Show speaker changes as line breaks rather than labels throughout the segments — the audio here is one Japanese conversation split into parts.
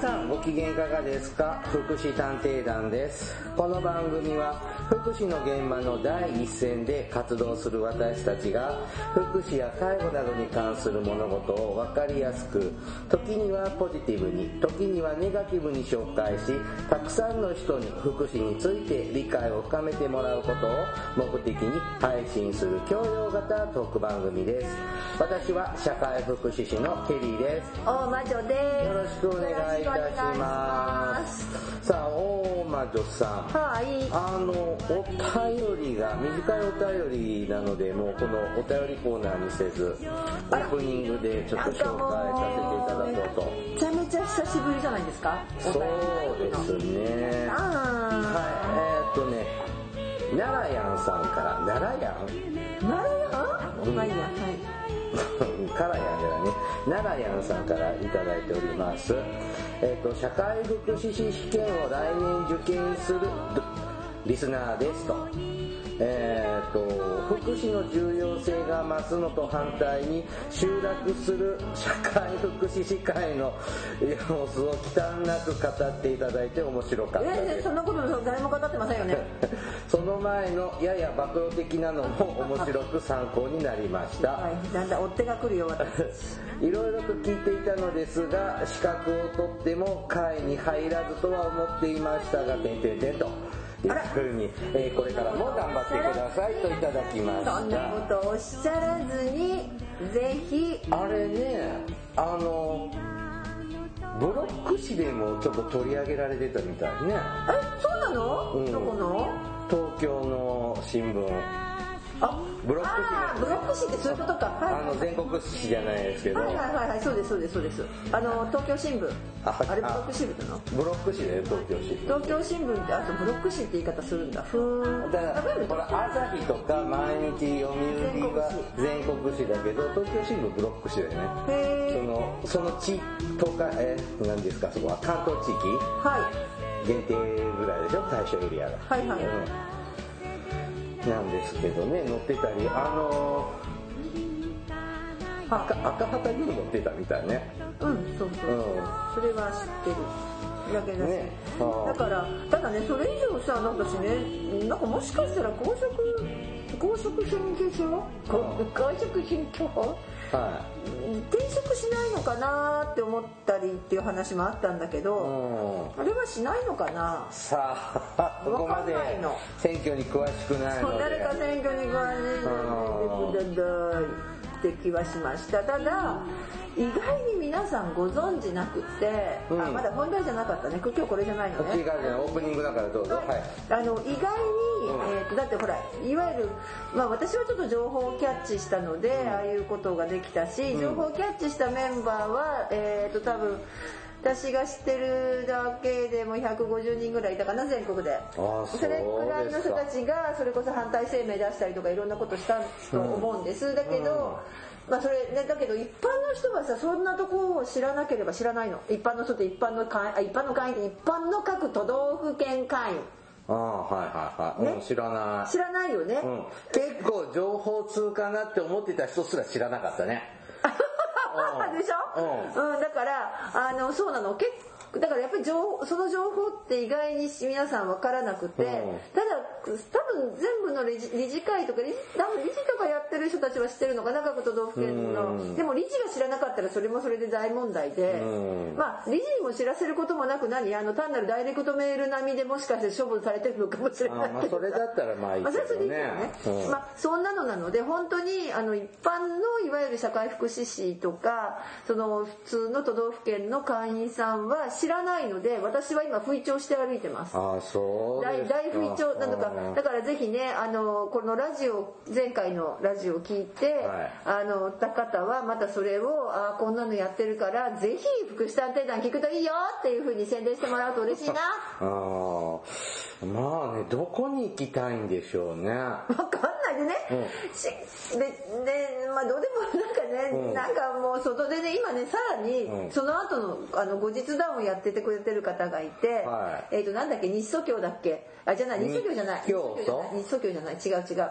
さんご機嫌いかがですか福祉探偵団ですこの番組は福祉の現場の第一線で活動する私たちが福祉や介護などに関する物事を分かりやすく時にはポジティブに時にはネガティブに紹介したくさんの人に福祉について理解を深めてもらうことを目的に配信する教養型トーク番組です私は社会福祉士のケリーです
大魔女です。
よろしくお願いいたします。さあ、大魔女さん。
はい。
あの、お便りが、短いお便りなので、もうこのお便りコーナーにせず、オープニングでちょっと紹介させていただこ
めちゃめちゃ久しぶりじゃないですか。
うと。そうですね。はい、
あ
えーっとね、奈良やんさんから、奈良やん
あ、なるほど。まあいいや。はい。
カラヤンではね、奈良ヤンさんからいただいております。えっ、と、社会福祉士試験を来年受験するリスナーですと。えっ、と、福祉の重要性が増すのと反対に、集落する 社会福祉士会の様子を忌憚なく語っていただいて面白かったです。
えー、そんなこと誰も語ってませんよね。
その前のやや暴露的なのも面白く参考になりました。
はい。だんだん追っ手が来るよ私。
いろいろと聞いていたのですが資格を取っても会に入らずとは思っていましたが点々点というふうに、えーこれからも頑張ってくださいといただきまし
そんな
た
ことおっしゃらずにぜひ。
あれねあのブロック誌でもちょっと取り上げられてたみたいね
え、そうなの？
うん
どこの？
東京の新聞
あ、
ブロック紙
あーブロック紙ってそういうことか。はい。
あの全国誌じゃないですけど
はいはいはいはいそうですそうですそうですあの東京新聞
あ
あれブロック新聞なの
ブロック誌だよ東京新聞
東京新聞ってあとブロック紙って言い方するんだふーん
だから
例え
ほ
ば
ら朝日とか毎日読売は全国紙だけど東京新聞ブロック紙だよねそ
へー
のその地東海え何ですかそこは関東地域
はい
限定ぐらいでしょ対象エリアが
はいはい
うんなんですけどね載ってたりあの
あ
赤赤旗にも載ってたみたいね
うんそ
うん
うそうそうそれは知ってるだけだし、
ねあ
だからただねそれ以上さなんかしねなんかもしかしたら公職公職選挙法公公職選挙法
は
転職しないのかなーって思ったりっていう話もあったんだけ
い
ど、
うん
あれはしないのかな
さあ ここまで
わかんないの
選挙に詳しくないので
誰か選挙に詳しいのでだだいって気はしましたただ意外に皆さんご存知なくて、
うん
あまだ本題じゃなかったね今日これじゃないの
違う違
ね
うオープニングだからどうぞはい
あの意外に、
うん
えーとだってほらいわゆる、まあ、私はちょっと情報をキャッチしたので、ああいうことができたし情報をキャッチしたメンバーは、えー、と多分私が知ってるだけでも150人ぐらいいたかな全国で
ああ
それくらいの人たちがそれこそ反対声明出したりとかいろんなことしたと思うんです、だけど、まあそれね、だけど一般の人はさそんなとこを知らなければ知らないの一般の人って一般の会員あ一般の会員って一般の各都道府県会員
ああはいはいはい、うん、
ね
知らない
知らないよね、
うん、結構情報通かなって思ってた人すら知らなかったねうん
でしょ、うん、だからあのそうなの結構だからやっぱり情報その情報って意外に皆さん分からなくて、
うん
ただ多分全部の理事理事会とか理事多分理事とかやってる人たちは知ってるのかな各都道府県の、
うん
でも理事が知らなかったらそれもそれで大問題で、
うん
まあ理事にも知らせることもなく何あの単なるダイレクトメール並みでもしかして処分されてるのかもしれ
あ
ない
ーまあ
けど
それだったらまあいい
まあ、
け
それはそ
ど
れでいい
ね
けどね、
うん
まあ、そんなのなので本当にあの一般のいわゆる社会福祉士とかその普通の都道府県の会員さんは知らないので私は今不意調して歩いてます
ああそう
大
ですか
大不意調なのか
うん
だからぜひねあのこのラジオ前回のラジオを聞いて、あのた方はまたそれをあーこんなのやってるからぜひ福祉探偵団聞くといいよっていうふうに宣伝してもらうと嬉しいな
あーまあねどこに行きたいんでしょうね
わかんないでね、しででまあどうでもなんかね、
うん
なんかもう外でね今ねさらに
うん
その後のあの後日談をやっててくれてる方がいて、
は
えっ、となんだっけ日ソ教だっけあじゃない日ソ教じゃない
日ソ教と
日ソ教じゃない日ソ教じゃない違う違う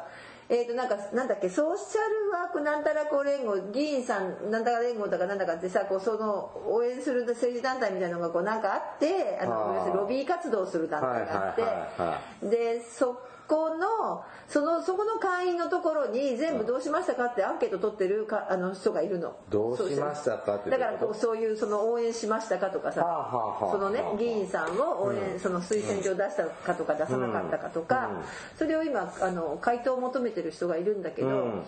えっ、となんかなんだっけソーシャルワークなんたらこう連合議員さんなんたら連合とかなんだかってさこうその応援する政治団体みたいなのがこうなんかあってあの
あー
要するにロビー活動をする団体があって、
はいはいは
でそこのそのそこの会員のところに全部どうしましたかってアンケート取ってるかあの人がいるの
どうしましたかって
だからこうそういうその応援しましたかとかさ、
はあはあはあ
そのね
はあはあ
議員さんを応援、その推薦状出したかとか出さなかったかとか、
うんうん
それを今あの回答を求めてる人がいるんだけど、
うん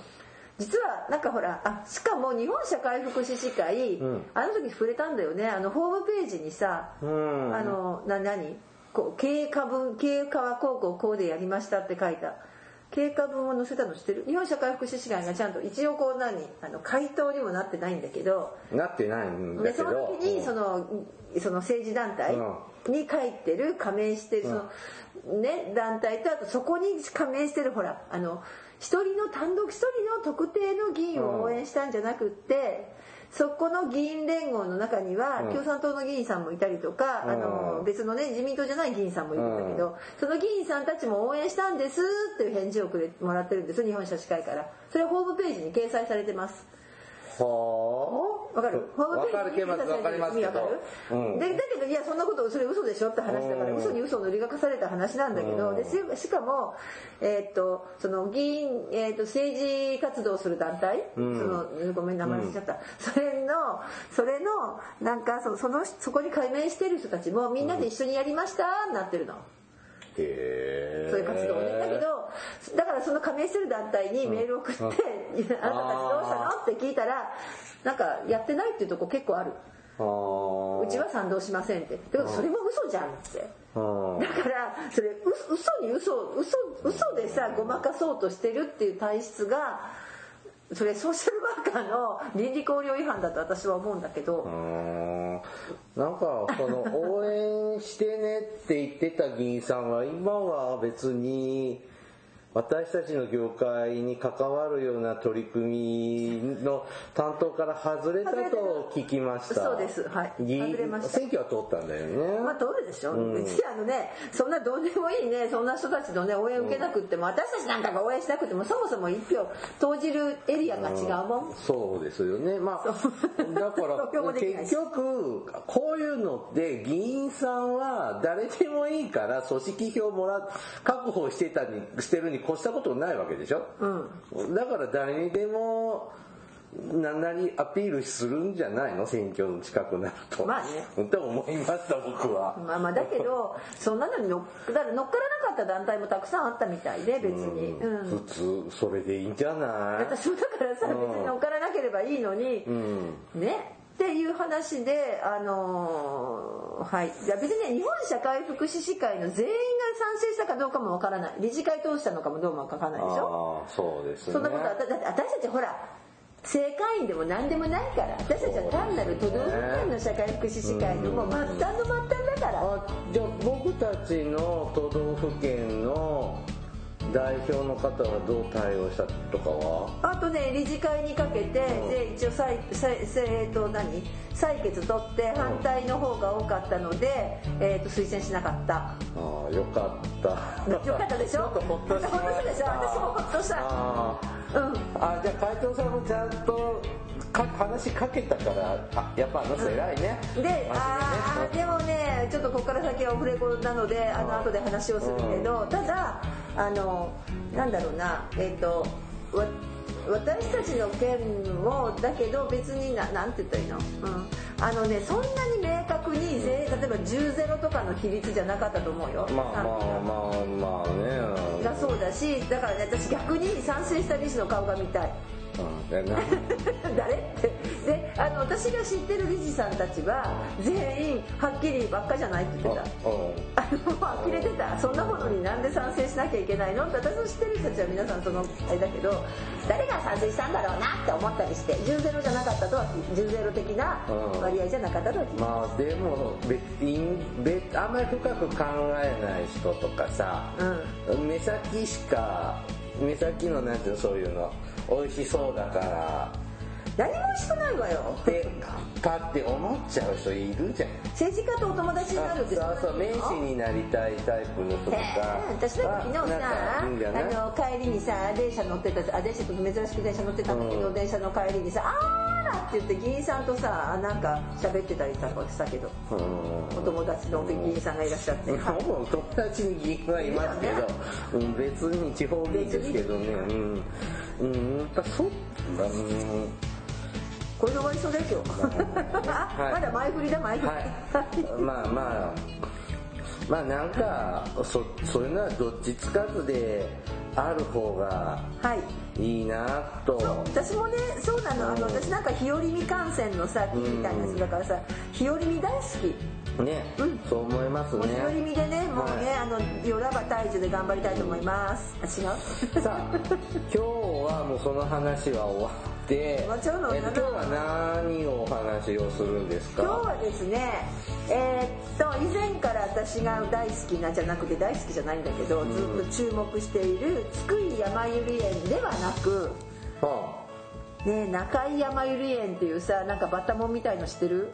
実はなんかほらあしかも日本社会福祉士会、
ん
あの時触れたんだよねあのホームページにさ、
うん
あのな何こう経過文経過はこうこうこうでやりましたって書いた経過文を載せたの知ってる日本社会福祉士会がちゃんと一応こう何あの回答にもなってないんだけど
なってないんだ
で
けど
その時にそのその政治団体に書いてる加盟してるその、ね、団体とあとそこに加盟してるほらあの一人の単独一人の特定の議員を応援したんじゃなくって、そこの議員連合の中には、共産党の議員さんもいたりとか、あ
う
の
ん
別のね自民党じゃない議員さんもいるんだけど、その議員さんたちも応援したんですっていう返事をくれもらってるんです日本社士会からそれホームページに掲載されてます。
ほ
わかるホームページに
わかるわかります
意味わか
けどうん
るでだけどいやそんなことそれ嘘でしょって話だから
うん
嘘に嘘を塗り書かされた話なんだけどでししかも、えーっとその議員、えーっと政治活動する団体、
ん
そのうんごめん名前忘れちゃった、それのそれのなんかそそのそこに加盟してる人たちもみんなで一緒にやりましたになってるの。
うへえ
そういう活動をねだけどだからその加盟する団体にメールを送って「 あなたたちどうしたの?」って聞いたらなんかやってないっていうとこ結構ある「
ど
うちは賛同しません」って「でもそれも嘘じゃん」って。だからそれ嘘嘘に嘘を嘘嘘でさごまかそうとしてるっていう体質がそれソーシャルワーカーの倫理考慮違反だと私は思うんだけど、
うーんなんかその応援してねって言ってた議員さんは今は別に私たちの業界に関わるような取り組みの担当から外れたと聞きました
そうですはい
議員
外れました
選挙は通ったんだよね、
まあ通るでしょ、うちあのねそんなどうでもいいねそんな人たちのね応援受けなくっても、私たちなんかが応援しなくてもそもそも一票投じるエリアが違うもん、
そうですよねまあだ から
投票もできない
結
し
局こういうのって議員さんは誰でもいいから組織票もらう確保してたにしてるに越したことないわけでしょ、だから誰にでも何なりアピールするんじゃないの選挙の近くなると
まあね
って思いました僕は、
まあまあだけどそんなのに乗っだから乗っからなかった団体もたくさんあったみたいで別にうん、
普通それでいいんじゃない
私もだからさ別に乗っからなければいいのに、
うん
ねっていう話であのーはいじゃあ別にね日本社会福祉士会の全員が賛成したかどうかもわからない理事会通したのかもどうもわからないでしょ
ああそうですね
そんなことあただって私たちほら正会員でも何でもないから私たちは単なる都道府県の社会福祉士会のもう末端の末端だから
あじゃあ僕たちの都道府県の代表の方はどう対応したとかは
あとね理事会にかけて
ん
で一応採採採えーと何採決取って反対の方が多かったのでえーと推薦しな かった
ああよかった
よかったでしょ
ちょっとほっとしました
ほっとしたでしょ私もほっとした
あ
うん
ああじゃあ会長さんもちゃんとか話しかけたからあやっぱあの人偉いね、
で、あーでもねちょっとここから先はオフレコなのであの後で話をするけど、ただあのなんだろうなえっ、とわ私たちの件をだけど別にななんて言ったらいいの、うん、あのねそんなに明確にぜ例えば10ゼロとかの比率じゃなかったと思うよ。
まあまあまあまあね
がそうだしだからね私逆に賛成した理事の顔が見たい。
うんえな
誰ってであの私が知ってる理事さんたちは全員はっきりばっかじゃないって言ってた
あうん
あのもう呆れてたそんなものになんで賛成しなきゃいけないのって私の知ってる人たちは皆さんそのあれだけど誰が賛成したんだろうなって思ったりして10ゼロじゃなかったとは10ゼロ的な
うん
割合じゃなかったとは聞い
まあでも別に別あんまり深く考えない人とかさ、目先しか目先のなんていうのそういうの美味しそうだから
何もしくないわよ
ってパッて思っちゃう人いるじゃん
政治家とお友達になるって
あそうそう名士になりたいタイプの人とか
え私なんか昨日さ
あなんかいいんじゃない
あの帰りにさ電車乗ってたあ電車と珍しく電車乗ってたんだけど、
うん
電車の帰りにさ「あーら」って言って議員さんとさなんか喋ってたりさこうやってたけど
うん
お友達の議員さんがいらっしゃって、
ほぼ友達に議員はいますけど、うん、別に地方議員ですけどねうん、うん、やっぱそうだうん
これで終わりそうですよ、
はい
まだ前振りだ前振り、
はい、まあまあまあなんかそ それならどっちつかずである方が
はい
いいなと
私もねそうなのあの
うん
私なんか日和見感染のさ木みたいなやつだからさ日和見大好き
ね、
うん
そう思います
もう日和
ね
見でねもうね、
はい
あのよらば大樹で頑張りたいと思います、あ違う
さあ今日はもうその話は終わって
終わっちゃうの
えっと今日は何をお話をするんですか
今日はですねえーっと以前から私が大好きなじゃなくて大好きじゃないんだけど、ずっと注目している津久井やまゆり園ではなく、
は
ね、中井やまゆり園っていうさなんかバタモンみたいの知ってる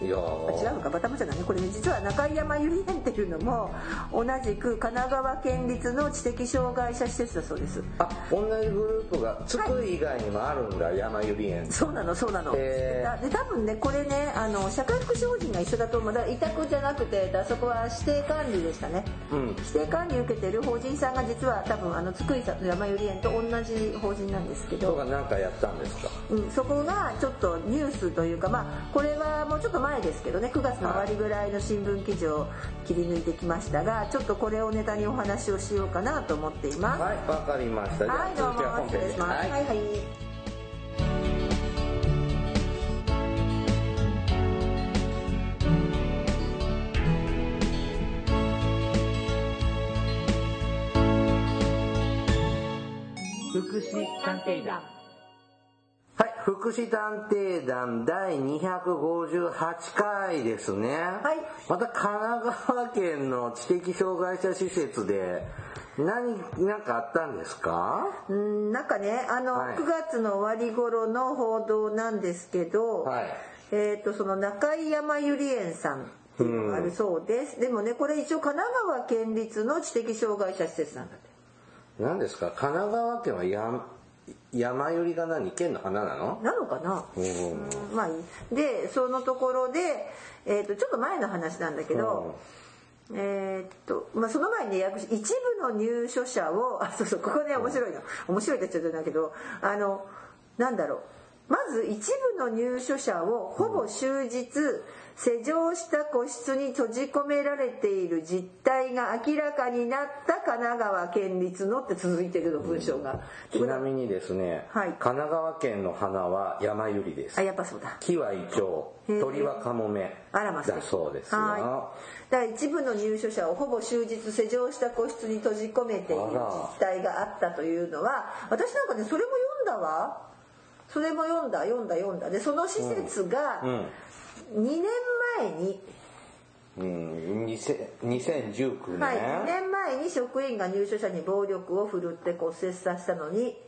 あいや
あ違うのかバタモンじゃないねこれね実は中井やまゆり園っていうのも同じく神奈川県立の知的障害者施設だそうです
あ同じグループが津久井以外にもあるんだ、山ゆり園
そうなのそうなの、
へー
で多分ねこれねあの社会福祉法人が一緒だと思うだから委託じゃなくてあそこは指定管理でしたね、
うん
指定管理受けてる法人さんが実は多分あの津久井さんの山寄り園と同じ法人なんですけ
と
ど
か何かやったんですか
うん、そこがちょっとニュースというか、まあ、これはもうちょっと前ですけどね9月の終わりぐらいの新聞記事を切り抜いてきましたがちょっとこれをネタにお話をしようかなと思っています。
はいわかりましたじゃあ、
はい、どう
続きは
も
本
失
編
礼
で
します。はい、はい、
福祉探偵団
はい、福祉探偵団第258回ですね。はいまた神奈川県の知的障害者施設で何、何かあったんですか
うんなんかねあの、
はい
9月の終わり頃の報道なんですけど、
はい
えっ、とその中井やまゆり園さんっていうのがあるそうです、でもねこれ一応神奈川県立の知的障害者施設なんだって
何ですか神奈川県はや山よりが何県の花なの
なのかな、
うん
うんまあいいでそのところで、えー、とちょっと前の話なんだけど、えーっとまあ、その前にね役所一部の入所者をあそうそうここね面白いの面白いって言っちゃうんだけどあのなんだろうまず一部の入所者をほぼ終日施錠した個室に閉じ込められている実態が明らかになった神奈川県立のって続いてるの文章が。
ちなみにですね、
はい
神奈川県の花は山ゆりで
あ
す。
やっぱそうだ
木はイチョ
へ
ウ、
え
鳥はカモメ
あら
だ
まあ素敵
そうですよ。
はいだから一部の入所者をほぼ終日施錠した個室に閉じ込めている
あら
実態があったというのは私なんかねそれも読んだわそれも読んだ読んだ読んだでその施設が
うん
2年前に、
うん、2000 2019年。
はい、2年前に職員が入所者に暴力を振るって骨折させたのに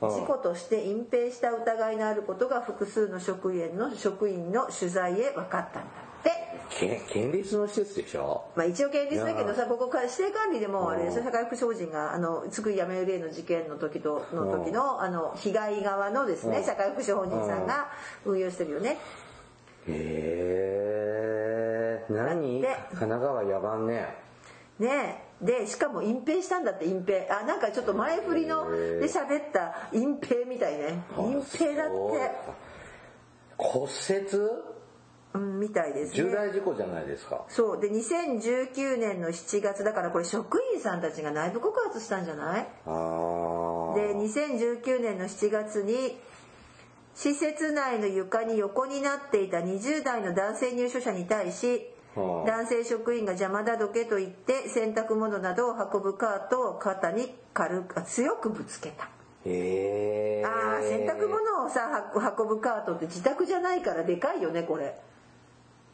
うん
事故として隠蔽した疑いのあることが複数の職員の職員の取材へ分かったんだって。
県県立の施設でしょ
まあ、一応現実だけ
いや
どさここから指定管理でもあれでし
う
ょ
ん
社会福祉法人があの津久井やめる例の事件の時との時のあの被害側のです
うん
ね社会福祉法人さんが運用してるよね
へえ何
だ
神
って
奈川やばんね
ねえでしかも隠蔽したんだって隠蔽あなんかちょっと前振りの
へえ
で喋った隠蔽みたいね隠蔽だっ
あそう
て
骨折
うんみたいです
重
ね
大事故じゃないですか
そうで2019年の7月だからこれ職員さんたちが内部告発したんじゃない
ああ
で2019年の7月に施設内の床に横になっていた20代の男性入所者に対し
はあ
男性職員が邪魔だどけと言って洗濯物などを運ぶカートを肩に軽くあ強くぶつけた、
へえ
あー洗濯物をさは運ぶカートって自宅じゃないからでかいよねこれ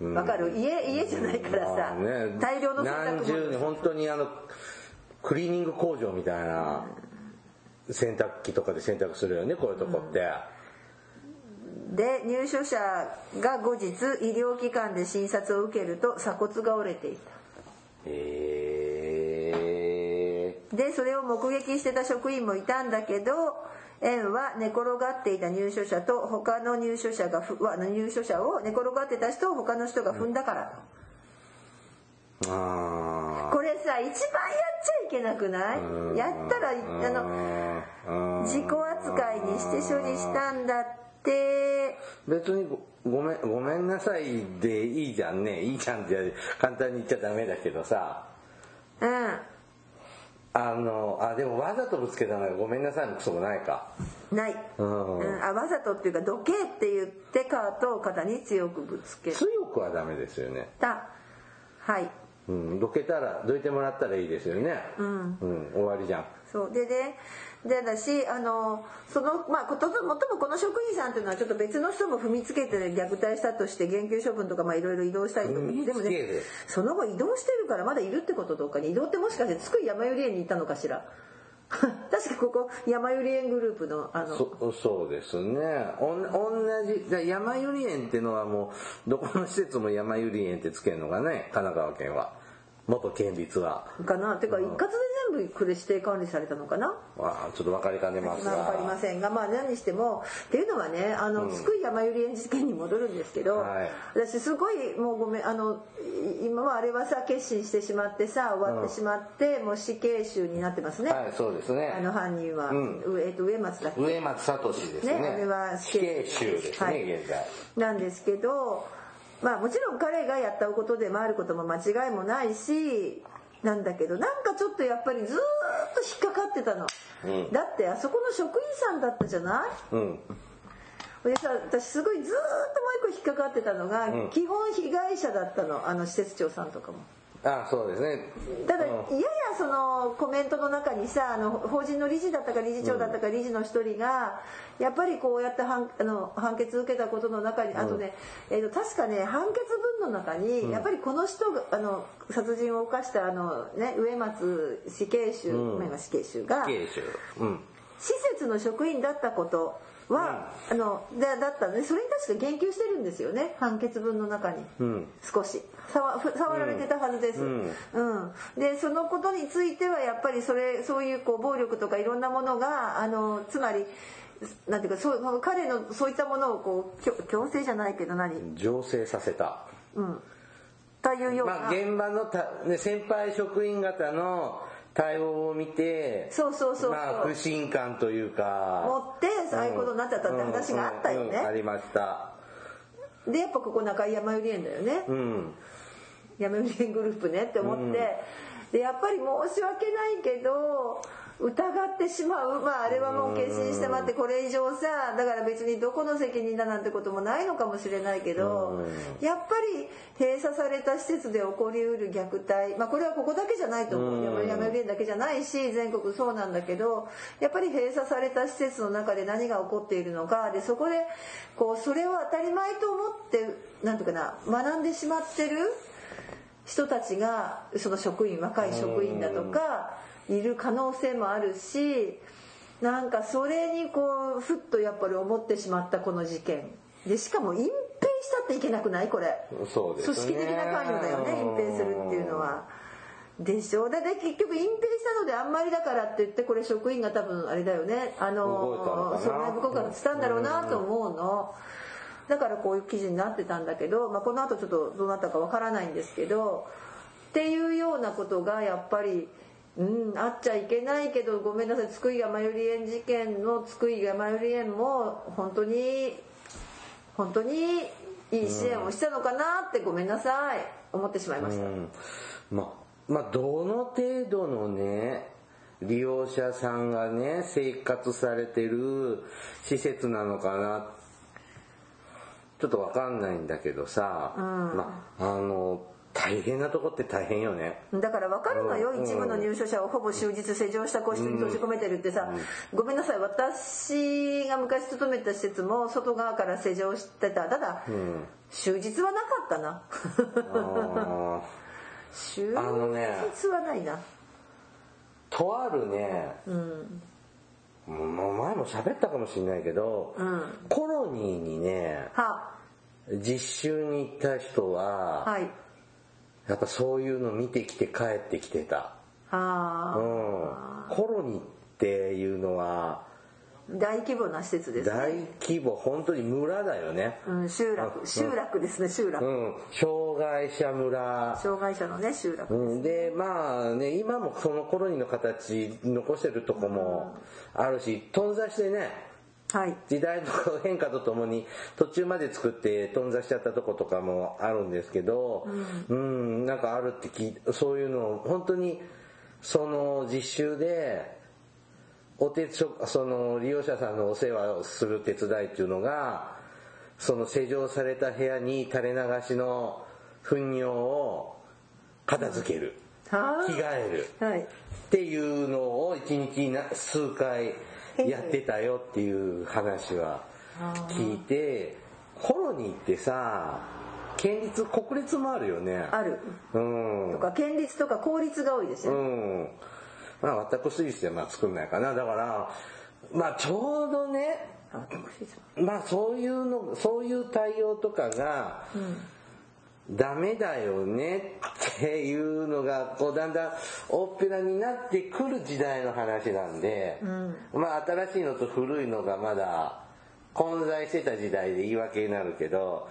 うん
わかる家家じゃないから
ま
さ
あね
大量の洗
何十
濯
年
物
本当にあのクリーニング工場みたいな洗濯機とかで洗濯するよねこういうとこって
で入所者が後日医療機関で診察を受けると鎖骨が折れてい
え
たでそれを目撃してた職員もいたんだけど園は寝転がっていた入所者と他の入所者がふわ入所者を寝転がってた人を他の人が踏んだからと。
ー、あ
これさ一番やっちゃいけなくない
ー
やったらあの
の
自己扱いにして処理したんだって
別にごごめんごめんなさいでいいじゃんねいいじゃんって簡単に言っちゃダメだけどさ
う
あのあでもわざとぶつけたのがごめんなさいのクソもないか
んない、
うん
うん、あわざとっていうか「どけ」って言ってカートを肩に強くぶつけ
強くはダメですよね
たはい
うんどけたらどいてもらったらいいですよね
うん
うん終わりじゃん
そうでねでだしあのそのまあことともっともこの職員さんというのはちょっと別の人も踏みつけて虐待したとして減給処分とかまあいろいろ移動したりとか
踏みつけ
で
る
もねその後移動してるからまだいるってこととかに移動ってもしかして津久井やまゆり園に行ったのかしら 確かここやまゆり園グループのあの
そそうですねおん同じじゃあ山ゆり園ってのはもうどこの施設も山ゆり園ってつけるのがね神奈川県は元県立は
かなてか一括で全部これ指定管理されたのかな
まあちょっと分かりかねます
ま
が
あ、わかりませんが、まあ、何にしてもっていうのはねあの、津久井やまゆり園事件に戻るんですけど、
はい
私すごいもうごめんあのい今はあれはさ決心してしまってさ終わってしまって、もう死刑囚になってますね、
はいそうですね
あの犯人は、
うん
うえっと、上松だっけ
植松聡ですね
ねあれは死
死
刑
刑
囚
囚ですね、
はい
現在
なんですけど、まあ、もちろん彼がやったことでもあることも間違いもないしなんだけどなんかちょっとやっぱりずーっと引っかかってたの、
うん
だってあそこの職員さんだったじゃない
うん
でさ私すごいずーっともう一個引っかかってたのが、
うん
基本被害者だったのあの施設長さんとかも
あそうですね
ただ、
うん
ややそのコメントの中にさあの法人の理事だったか理事長だったか理事の一人が、やっぱりこうやって判あの判決受けたことの中にあとね、えーと確かね判決文の中に、やっぱりこの人があの殺人を犯したあの、ね、上松死刑囚、上松死刑囚が
死刑囚うん
施設の職員だったことは、あのだだったのでそれに確か言及してるんですよね判決文の中に、
うん
少し触ふ触られてたはずです、
うん
うんでそのことについてはやっぱりそれそういうこう暴力とかいろんなものがあのつまりなんていうかそうその彼のそういったものをこう強強制じゃないけど何、
醸成させた
うん、というような、
まあ現場のた、ね、先輩職員方の対応を見て
そうそうそうそう
まあ不信感というか
持ってああいうことになっちゃったって話があったよね、
うんうんうんありました
でやっぱここ中井やまゆり園だよね、
うん
やめり園グループねって思って、でやっぱり申し訳ないけど疑ってしまうまああれはもう決心して待ってこれ以上さだから別にどこの責任だなんてこともないのかもしれないけどやっぱり閉鎖された施設で起こりうる虐待まあこれはここだけじゃないと思うやめやめり園だけじゃないし全国そうなんだけどやっぱり閉鎖された施設の中で何が起こっているのかでそこでこうそれを当たり前と思ってなんていうかな学んでしまってる。人たちがその職員若い職員だとかいる可能性もあるしなんかそれにこうふっとやっぱり思ってしまったこの事件でしかも隠蔽したっていけなくないこれ
そうですね
組織的な関与だよね隠蔽するっていうのは。でしょだって結局隠蔽したのであんまりだからって言ってこれ職員が多分あれだよね
動いた
あ
の
の
かな
損害部告発したんだろうなと思うの。だからこういう記事になってたんだけど、まあ、この後ちょっとどうなったかわからないんですけどっていうようなことがやっぱり、うん、あっちゃいけないけどごめんなさい津久井やまゆり園事件の津久井やまゆり園も本当に本当にいい支援をしたのかなってごめんなさい思ってしまいました。
うんまあまあどの程度のね利用者さんがね生活されてる施設なのかなちょっとわかんないんだけどさ、まああの大変なとこって大変よね
だから分かるのよ、
うん
一部の入所者をほぼ終日施錠した個室に閉じ込めてるってさ、ごめんなさい私が昔勤めてた施設も外側から施錠してたただ、終日はなかったな
あー
終日
あのね
はないな
とあるね、もうもう前も喋ったかもしれないけど、
うん
コロニーにね
は
実習に行った人は、
はい
やっぱそういうの見てきて帰ってきてた、うん、
は
コロニーっていうのは
大規模な施設です、
大規模本当に村だよね、
うん、集落集落ですね集
う
落
ん、障害者村
障害者のね集落
うんでまあね今もそのコロニーの形残してるとこもあるし頓挫してね
はい
時代の変化とともに途中まで作って頓挫しちゃったとことかもあるんですけど、うん、なんかあるって聞いそういうのを本当にその実習でお手つその利用者さんのお世話をする手伝いっていうのがその施錠された部屋に垂れ流しの糞尿を片付ける着
は
替える
いはい
っていうのを一日な数回やってたよっていう話は聞いてコロニーってさ県立国立もあるよね
ある
うん
とか県立とか公立が多いですよね
うんまあ私立ではまあ作んないかなだからまあちょうどね
あ私立も
まあそういうのそういう対応とかが、ダメだよねっていうのがこうだんだん大っぺらになってくる時代の話なんで、まあ新しいのと古いのがまだ混在してた時代で言い訳になるけど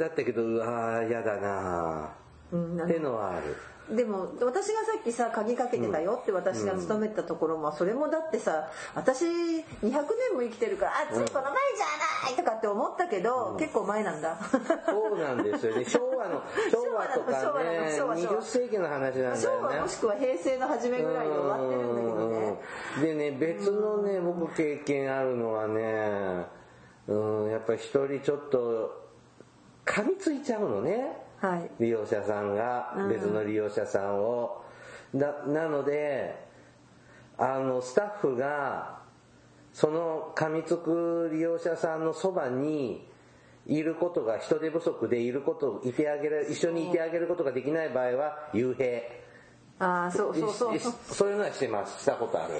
だったけどうわー嫌だな
うん
あ
な
っ
んか
てのはある
でも私がさっきさ鍵かけてたよって私が勤めたところもそれもだってさ私200年も生きてるからあついこの前じゃないとかって思ったけど結構 前なんだ
そうなんですよね昭和の 昭和と
昭
か
和
ね
なの昭和昭和
20世紀の話なんだよね
昭和もしくは平成の初めぐらいで終わってるんだけどね
でね別のね僕経験あるのはねうんやっぱり一人ちょっと噛みついちゃうのね
はい
利用者さんが
うん
別の利用者さんを、ななのであのスタッフがその噛みつく利用者さんのそばにいることが人手不足でいることいてあげる一緒にいてあげることができない場合は幽閉
ああそうそうそうそう
ししそういうのはしてますしたことある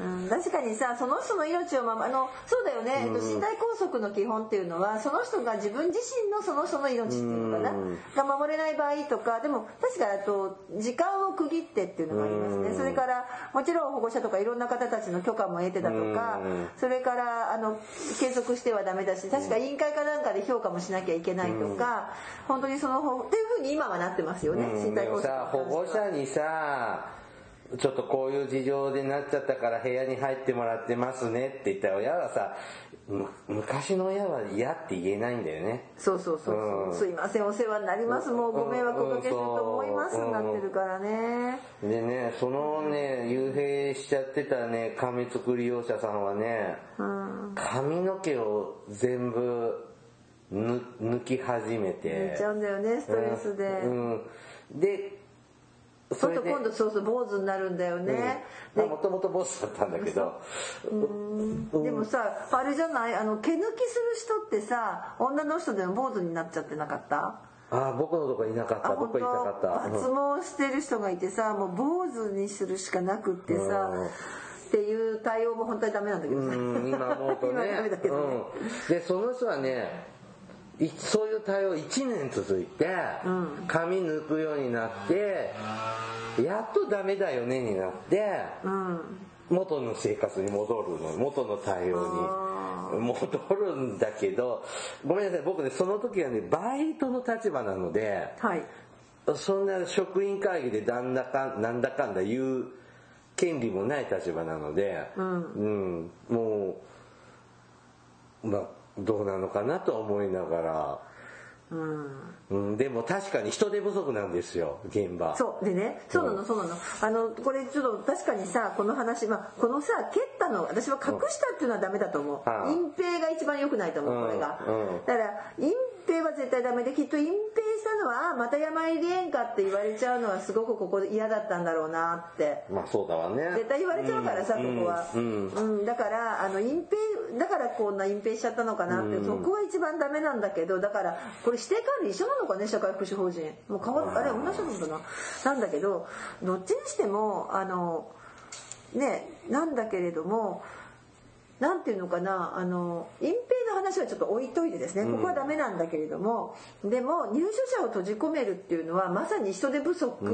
うん、確かにさその人の命を守あのそうだよね、えっと身体拘束の基本っていうのはその人が自分自身のその人の命っていうのかな、
うん
が守れない場合とかでも確かあと時間を区切ってっていうのがありますね、
うん
それからもちろん保護者とかいろんな方たちの許可も得てだとか、
うん
それからあの継続してはダメだし確か委員会かなんかで評価もしなきゃいけないとか、本当にその方っていうふうに今はなってますよね、
うん
身体
でも
拘束
さ保護者にさちょっとこういう事情でなっちゃったから部屋に入ってもらってますねって言ったら親はさむ昔の親は嫌って言えないんだよね
そうそうそうそう、
うん
すいませんお世話になりますもうご迷惑おかけしてると思います、
うん
なってるからね
でねそのね幽閉しちゃってたね噛みつく利用者さんはね
うん
髪の毛を全部ぬ抜き始めて
寝ちゃうんだよねストレスで、
うんうんで
ちょっと今度そうそう坊主になるんだよね、
もともとボスだったんだけど
ででもさあれじゃないあの毛抜きする人ってさ女の人でも坊主になっちゃってなかった
ああ僕のとこいなかった
あ
僕
本
いなか
当
ったうん
脱毛してる人がいてさもう坊主にするしかなくってさ
うん
っていう対応も本当にダメなんだけどさ
うん今思うと
今
ね
ダメだけどね、
うん、でその人はねいそういう対応1年続いて、
ん
髪抜くようになってやっとダメだよねになって
うん
元の生活に戻るの元の対応に戻るんだけどごめんなさい僕ねその時はねバイトの立場なので
はい
そんな職員会議でなんだかんなんだかんだ言う権利もない立場なので、うんもう、まあ、どうなのかなと思いながら、
うん
うん、でも確かに人手不足なんですよ現場
そうでねそうなのそうなの、あのこれちょっと確かにさこの話、まあ、このさ蹴ったの私は隠したっていうのはダメだと思う、
はい
隠蔽が一番良くないと思う、
うん
これが、
うん
だから隠蔽は絶対ダメできっと隠蔽したのはあまた山入りえんかって言われちゃうのはすごくここで嫌だったんだろうなって
まあそうだわね
絶対言われちゃうからさ、
うん
ここは、
うん
うんだからあの隠蔽だからこんな隠蔽しちゃったのかなって、そこは一番ダメなんだけどだからこれ指定管理一緒なのかね社会福祉法人もう変わっあれ同じなんだななんだけどどっちにしてもあのねなんだけれどもなんていうのかなあの隠蔽の話はちょっと置いといてですねここはダメなんだけれども、でも入所者を閉じ込めるっていうのはまさに人手不足、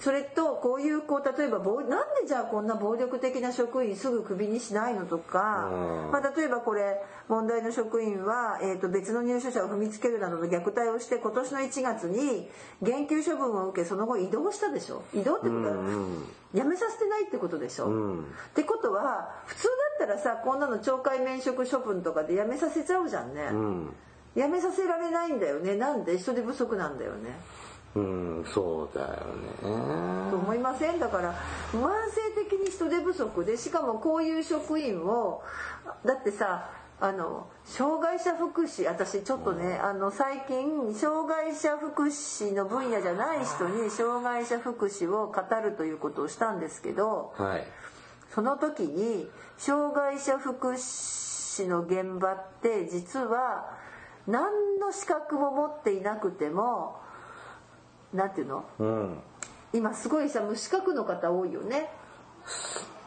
それとこういうこう例えば暴なんでじゃあこんな暴力的な職員すぐクビにしないのとか、
うん
まあ、例えばこれ問題の職員は、えー、と別の入所者を踏みつけるなどの虐待をして今年の1月に減給処分を受けその後移動したでしょ移動ってことは辞めさせてないってことでしょ、
うん
ってことは普通だったらさこんなの懲戒免職処分とかで辞めさせちゃうじゃんね、
うん
辞めさせられないんだよねなんで人手不足なんだよね、
うんそうだよ
と
ね
思いませんだから不安定的に人手不足でしかもこういう職員をだってさあの障害者福祉私ちょっとねあの最近障害者福祉の分野じゃない人に障害者福祉を語るということをしたんですけど
はい
その時に障害者福祉の現場って実は何の資格も持っていなくても何ていうの
うん
今すごいさ無資格の方多いよね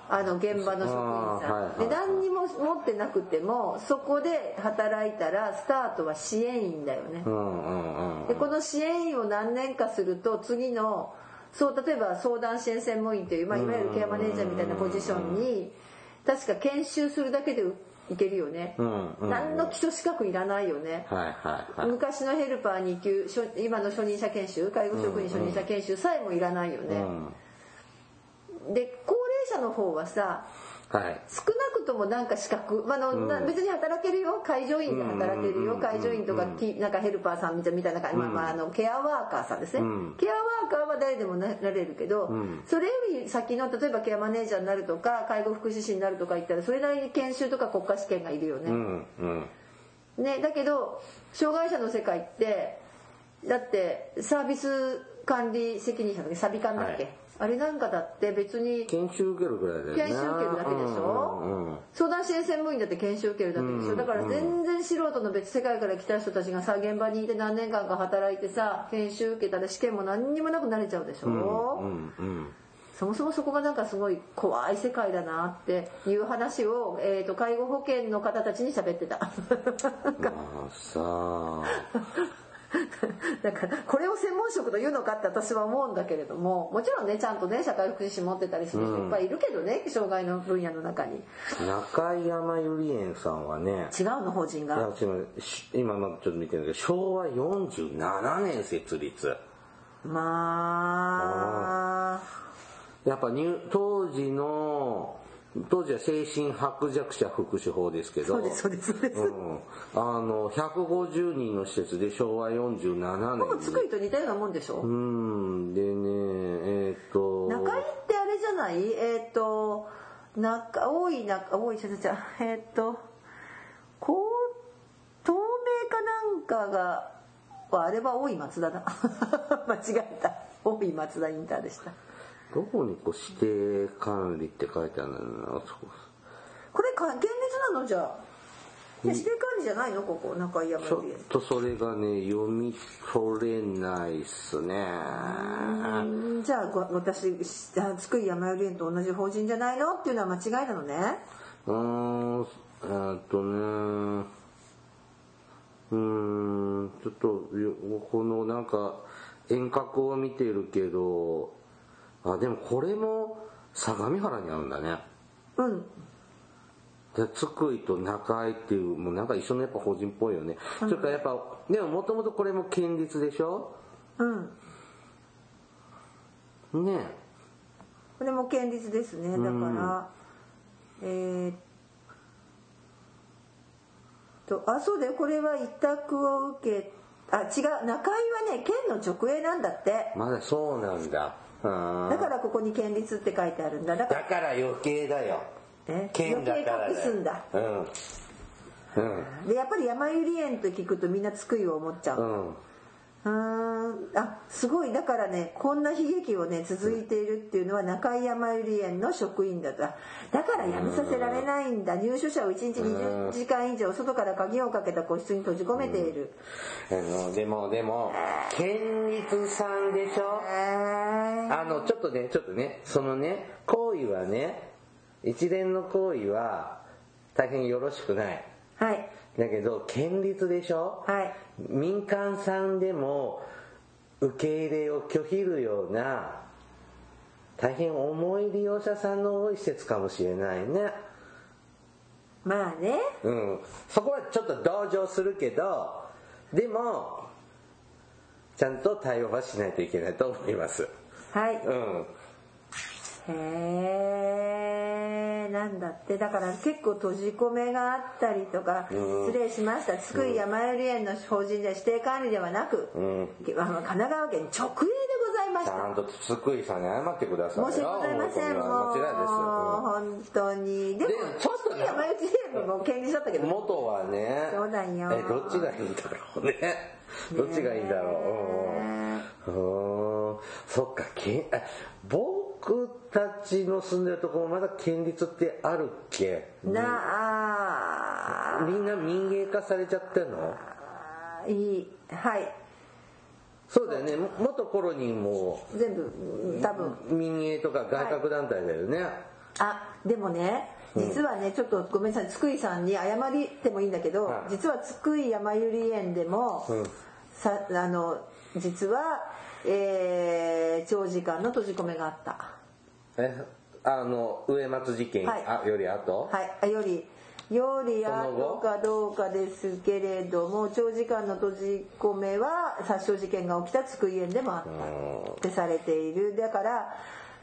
あの現場の
あ
職員さん、
ーはいはいはい
で何にも持ってなくてもそこで働いたらスタートは支援員だよね
う、んうんう
で
ん
この支援員を何年かすると次のそう例えば相談支援専門員という、まあ、いわゆるケアマネージャーみたいなポジションに確か研修するだけでいけるよね、
うんうん
何の基礎資格いらないよね、
はいはいはい
昔のヘルパー2級初今の初任者研修介護職員初任者研修さえもいらないよ
う
ね、
ん
で高齢者の方はさ
はい
少なくともなんか資格、まああのな別に働けるよ介助員で働けるよ、介助員とかきなんかヘルパーさんみたいな感じ、まあまあ、あのケアワーカーさんですね、
うん
ケアワーカーは誰でもななれるけど、
ん
それより先の例えばケアマネージャーになるとか介護福祉士になるとか言ったらそれなりに研修とか国家試験がいるよね、
うんうん
ね、だけど障害者の世界ってだってサービス管理責任者だっけサビ管だっけ、
はい
あれなんかだって別に
研修受けるぐらいだよね
研修受けるだけでしょ
うんうん
相談支援専門員だって研修受けるだけでしょ、
うん
だから全然素人の別世界から来た人たちがさ現場にいて何年間か働いてさ研修受けたら試験も何にもなくなれちゃうでしょ、
うんうん
そもそもそこがなんかすごい怖い世界だなっていう話を、えー、と介護保険の方たちに喋ってた。
まあさあ
だからこれを専門職というのかって私は思うんだけれどももちろんねちゃんとね社会福祉士持ってたりする人いっぱいいるけどね、障害の分野の中に
中井山ゆり園さんはね
違うの法人
い
が
や違うし今まあちょっと見てるけど昭和47年設立
まあ
やっぱ入当時の当時は精神薄弱者福祉法ですけど
そうですそうですそうです、
う
ほ
ん、あの150人の施設で昭和47
ぼ
年
津久井と似たようなもんでしょ、
うんでねえーっと
中井ってあれじゃないえっ、と中多い中多いじゃじゃえっ、とこう透明かなんかがああれは多い松田だ 間違えた多い松田インターでした
どこにこう指定管理って書いてあるんだろうなそこ
これか厳密なのじゃあいや指定管理じゃないのここ中井山
ちょ
よ
っ
り
とそれがね読み取れないっすね
うんじゃあご私しあ津久井やまより園と同じ法人じゃないのっていうのは間違いなのね
うーん、えーっとね、うーん、ちょっとよ、このなんか、遠隔を見てるけど、あ、でもこれも相模原にあるんだね。
うん
で津久井と中井っていう、もうなんか一緒のやっぱ法人っぽいよね。それからやっぱ、でももともとこれも県立でしょ
うん
ね
これも県立ですねだからえーっとあそうだよこれは委託を受けあ違う中井はね県の直営なんだって
まだそうなんだ。うーん
だからここに県立って書いてあるんだだか
だから余計だよ。
らね
県だからだよ。
余計隠すんだ
うん。うん。
でやっぱり山百合園と聞くとみんな津久井を思っちゃう、
うん。
うーんあすごいだからねこんな悲劇をね続いているっていうのは中井やまゆり園の職員だとだからやめさせられないんだ入所者を1日20時間以上外から鍵をかけた個室に閉じ込めている
あの、でも、でも、県立さんでしょ
へえ
あの、ちょっとね、ちょっとね、そのね、行為はね、一連の行為は、大変よろしくない。
はい
だけど、県立でしょ
はい
民間さんでも受け入れを拒否るような大変重い利用者さんの多い施設かもしれないね。
まあね
うん。そこはちょっと同情するけど、でも、ちゃんと対応はしないといけないと思います。
はい
うん。
へえなんだってだから結構閉じ込めがあったりとか、
うん
失礼しました津久井やまゆり園の法人では指定管理ではなく、
うん。
あの神奈川県直営でございまし
ち
た
ゃんと津久井さんに謝ってくださいよ。
申し訳ございませんもう
もちろんですよ。
本当にでも
でちょっとね
山口ゲームも権利者だったけ
うん
ど
元はね、
そうだよ
え、どっちがいいんだろうね。どっちがいいんだろう。うんうん
ね
うーんそっかけあ僕たちの住んでるところまだ県立ってあるっけ
えなあ
みんな民営化されちゃってんの
いいはい
そうだよねも元コロニーも
全部多分
民営とか外郭団体だよね、
あでもね実はね、ちょっとごめんなさい津久井さんに謝りてもいいんだけど、
はい
実は津久井やまゆり園でも、
うん
さあの実は、えー長時間の閉じ込めがあった
えあの上松事件、
はい
あより後、
はいあよりよりあ
その後
とかどうかですけれども長時間の閉じ込めは殺傷事件が起きた津久井園でもあった
うーん
ってされているだから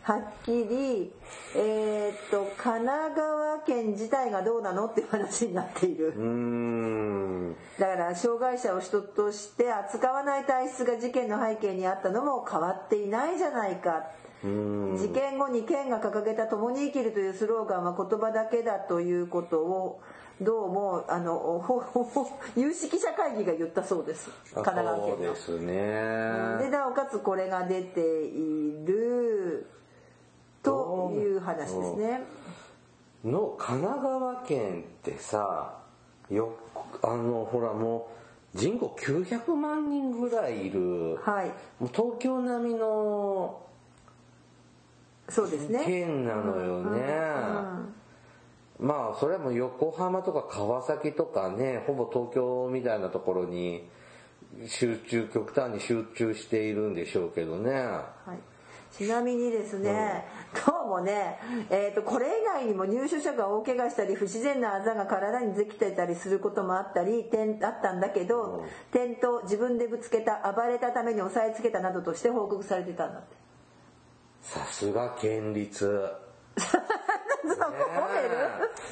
はっきり、えーっと神奈川県自体がどうなのっていう話になっている
うーん
だから障害者を人として扱わない体質が事件の背景にあったのも変わっていないじゃないか
うーん
事件後に県が掲げた「共に生きる」というスローガンは言葉だけだということをどうもあのほ ほほ有識者会議が言ったそうです
あ
神奈川県
そうで。す
の
ね、
でなおかつこれが出ているという話ですね。
の神奈川県ってさよあのほらもう人口900万人ぐらいいる、
はい、
もう東京並みの
そうですね。
県なのよね、
うん
まあそれはもう横浜とか川崎とかねほぼ東京みたいなところに集中極端に集中しているんでしょうけどね
はい、ちなみにですね、どうもね、えーと、これ以外にも入所者が大怪我したり、不自然なあざが体にできてたりすることもあったり、てんあったんだけど、転倒、自分でぶつけた、暴れたために押さえつけたなどとして報告されてたんだって。
さすが県立
そこ褒める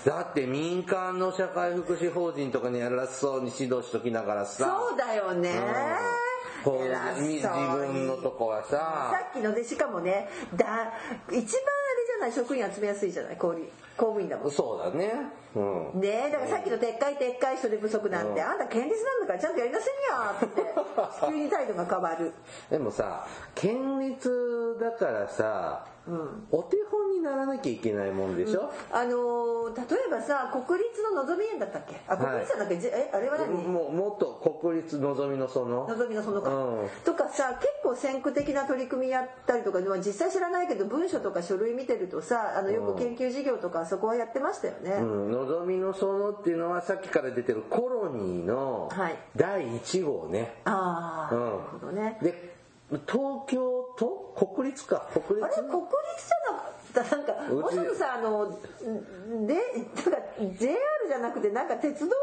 だって民間の社会福祉法人とかに偉そうに指導しときながらさ
そうだよね。
うんこう
偉そうに
自分のとこは
さ
さ
っきのでしかもねだ一番あれじゃない職員集めやすいじゃない公務員公務員だもん
そうだねうん
ねえだからさっきの撤回撤回人手不足なんて、
うん
あんた権利なんだからちゃんとやりなさいよ って急に態度が変わる
でもさ県立だからさ、
ん
お手本にならなきゃいけないもんでしょ、
あのー例えばさ国立の望み園だったっけあ国立じゃなくて、じえあれは何
もうもっと国立のぞみのその
望みのそのか、
うん
とかさ結構先駆的な取り組みやったりとか、まあ、実際知らないけど文書とか書類見てるとさあのよく研究事業とかそこはやってましたよね、
うん、のぞみのそのっていうのはさっきから出てるコロニーの
はい
第1号ね、
ああ、
うん
なるほどね
で東京と国立か国
あれ
立
国立じゃなかったなんか
う
もう
ち
ちょっとさあのんでなんか JR じゃなくてなんか鉄道系がや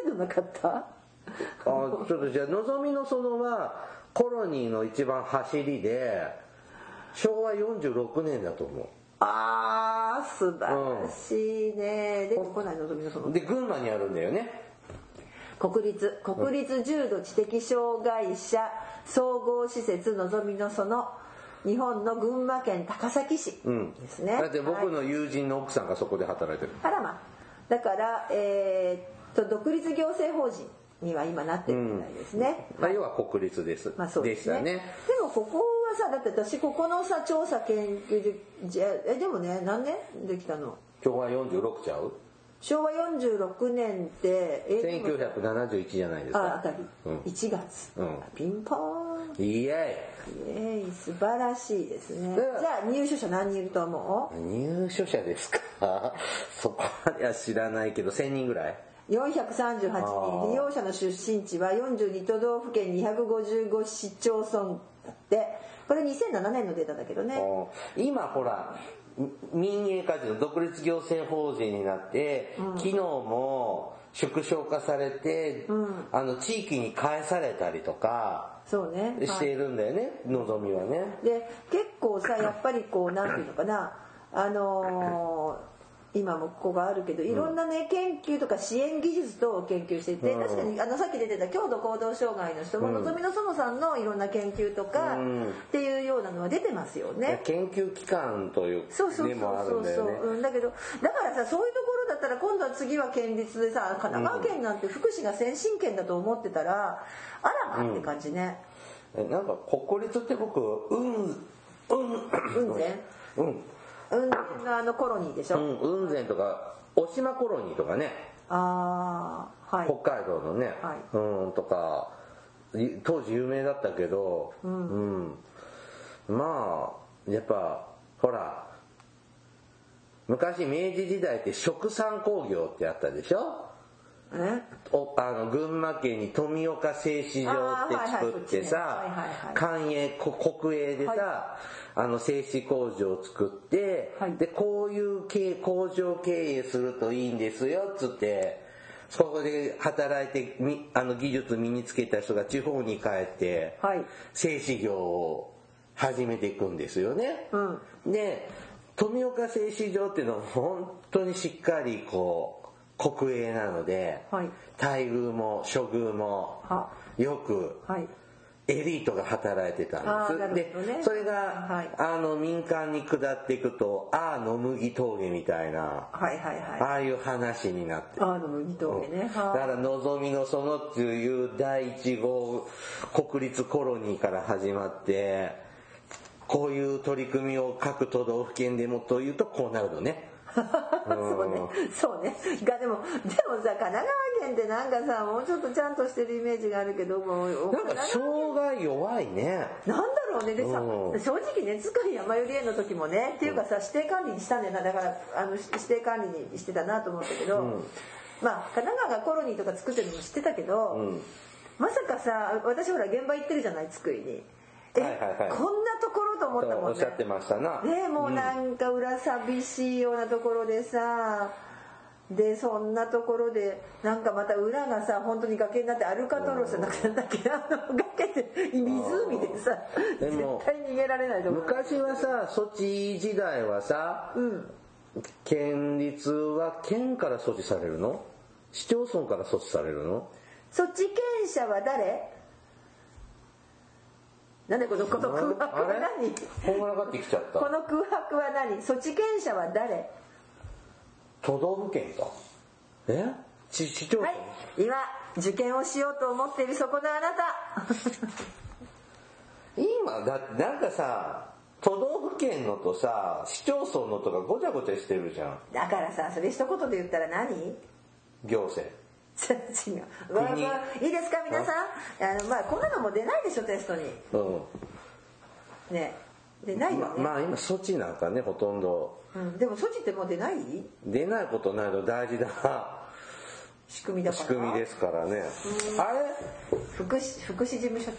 ってんのなかった
あちょっとじゃあのぞみの園はコロニーの一番走りで昭和46年だと思
ああ素晴らしいね、でこないのぞみのそうの
で群馬にあるんだよね
国立国立重度知的障害者総合施設のぞみのその日本の群馬県高崎市
うん
ですね、
だって
はい
僕の友人の奥さんがそこで働いてる、
あらまだから、えーっと独立行政法人には今なってるみたいですね、
まあ、要は国立です、
まあそう
で
で
し
すね
たね
でもここはさだって私ここのさ調査研究でじゃえでもね何年できたの
昭和46ちゃう
昭和46年ってえでも
1971じゃないです
ああ
か
たり、
うん
1月、
うん
ピンポーン
イエ
えい素晴らしいですね、じゃあ入所者何人いると思
イ入所者ですか そこまでは知らないけど1000人ぐらいう
438
あー
人利用者の出身地は42都道府県255市町村だってこれ2007年のデータだけどね
もう今ほら民営化の独立行政法人になって、機能も縮小化されて、
ん
あの地域に返されたりとか
そうね
し
はい
ているんだよね、望みはね
で結構さやっぱりこうなんていうのかなあのー今もここがあるけどいろんなね研究とか支援技術等を研究していて
うん
確かにあのさっき出てた強度行動障害の人も
うん
のぞみのそもさんのいろんな研究とか
うん
っていうようなのは出てますよね。
研究機関という
そうそうそ
で
う
もある
そ
ん
う
だよね
うんだけどだからさそういうところだったら今度は次は県立でさ神奈川県なんて福祉が先進県だと思ってたらあらまって感じね。
えなんか国立って僕うんうん
雲仙
うん
うんのあのコロニーでし
う
ょ。
ん雲仙とか渡島コロニーとかね
ああはい。
北海道のね、
はい
うんとかい当時有名だったけど、うんまあやっぱほら昔明治時代って食産工業ってあったでしょ
え
おあの群馬県に富岡製糸場って作って
あーはいはいこっちねはいはい
さ
はい
官営こ国営でさ、
は
あの製糸工場を作って、
はい
でこういう経工場経営するといいんですよっつってそこで働いてみあの技術身につけた人が地方に帰って、
はい
製糸業を始めていくんですよね。
うん
で富岡製糸場っていうのは本当にしっかりこう国営なので、
はい
待遇も処遇も
は
よく
はい
エリートが働いてたん
あーな
です。
るほどね
でそれが、
はい
あの民間に下っていくとああ野麦峠みたいな、
はいはいはい
ああいう話になって。
あの麦峠ね
だ
は
から望みの園っていう第1号国立コロニーから始まってこういう取り組みを各都道府県でもというとこうなるのね
い そうねそうねがでもでもさ神奈川県ってなんかさもうちょっとちゃんとしてるイメージがあるけどもう
なんか障害弱いね
なんだろうねでさ
うん
正直ね塚井やまより園の時もねっていうかさ指定管理にしたんだよなだからあのし指定管理にしてたなと思ったけど、まあ神奈川がコロニーとか作ってるのも知ってたけど、
うん
まさかさ私ほら現場行ってるじゃない津久井に。え、
はいはいはい
こんなところと思ったもんね
おっしゃってましたな
ねえもうなんか裏寂しいようなところでさでそんなところでなんかまた裏がさ本当に崖になってアルカトロスじゃなくてなんだっけあの崖で湖でさ
で
絶
も
対逃げられないところ
昔はさ措置時代はさ
うん
県立は県から措置されるの市町村から措置されるの
そっち権者は誰なんでこのこの空白は
あれ
何
こんがらがってきちゃった
この空白は何措置権者は誰
都道府県かえ市市町村、
はい今受験をしようと思っているそこのあなた
今だってなんかさ都道府県のとさ市町村のとかごちゃごちゃしてるじゃん
だからさそれ一言で言ったら何
行政
違うわわいいですか皆さんあの、まあ、こんなのも出ないでしょテストに
う
ね出ない
ん
よ
ま
ね、
まあ今措置なんかねほとんど
うん、でも措置ってもう出ない
出ないことないの大事な
仕組みだから
仕組みですからねあれ
福祉福祉事務所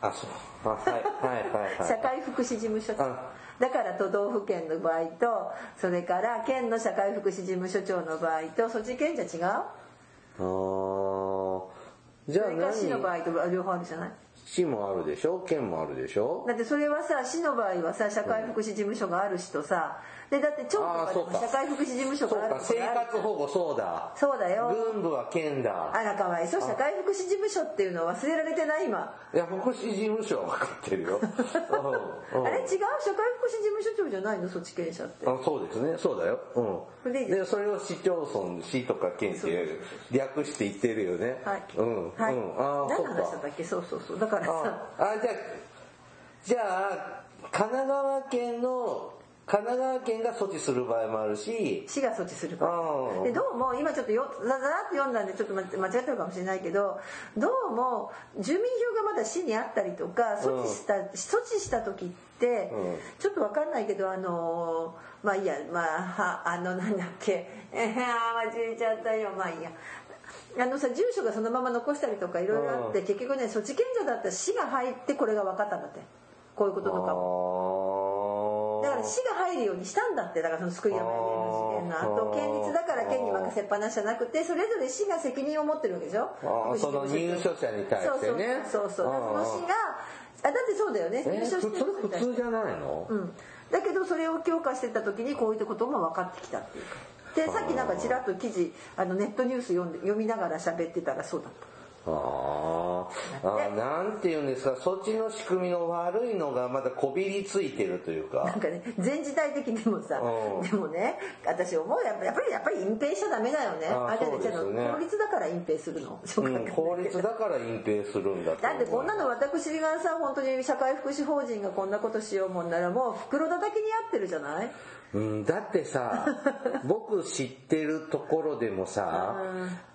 あそうあはいはいはい
長
はい
社会福祉事務所長
あ
だから都道府県の場合とそれから県の社会福祉事務所長の場合と措置県じゃ違う
あーじゃ
そ
あ
れから市の場
何
合と両方あるじゃない
市もあるでしょ県もあるでしょ
だってそれはさ市の場合はさ社会福祉事務所があるしとさでだって町とかでも
あーそうか
社会福祉事務所
そう
がある
か
とこ
生
がある
活保護そうだ
そうだよ
軍部は県だ
あらかわいそう社会福祉事務所っていうのを忘れられてない今
いや福祉事務所は分かってる よ、うんうん
あれ違う社会福祉事務所長じゃないの措置権者って
あそうですねそうだよ、うん、
で
でそれを市町村市とか県っていう略して言ってるよね
はい、
うん、
はい、
うん、ああそ
何
っ
の話だっ
か
たっけそうそうそうだから
あ
さ
あじゃあじゃあ神奈川県の神奈川県が措置する場合もあるし、
市が措置する場
う
合
ん
でどうも今ちょっとよざざらっと読んだんでちょっと間違ってるかもしれないけどどうも住民票がまだ市にあったりとか措置した、措置した時って、
うん
ちょっと分かんないけどあのーまあいいやまあはあのなんだっけ ああ間違えちゃったよまあいいや。あのさ住所がそのまま残したりとかいろいろあって、
うん
結局ね措置権者だった市が入ってこれが分かったんだってこういうこととかも。だから市が入るようにしたんだってだからその救い山入れの事件のあと
あー
県立だから県に任せっぱなしじゃなくてそれぞれ市が責任を持ってるわけでしょ
あー
福祉
その入所者に対してね
そうそうそうそう
あ
だ
ー
からその市があだってそうだよね
え
入
そ
所
れ
してる人
普
に対して
通じゃないの、
うん、だけどそれを強化してった時にこういうことも分かってきたっていうかでさっきなんかちらっと記事あのネットニュース読んで読みながら喋ってたらそうだった
あーあーなんていうんですかそっちの仕組みの悪いのがまだこびりついてるという
な
か
んかね全時代的にもさ
うん
でもね私思うやっぱやっぱりやっぱり隠蔽しちゃダメだよね
あ
あれ
そうです
じゃあ
よね
法律だから隠蔽するの、
うん、法律だから隠蔽するんだと思う
だってこんなの私がさ本当に社会福祉法人がこんなことしようもんならもう袋叩きに合ってるじゃない
うん、だって さ僕知ってるところでもさ、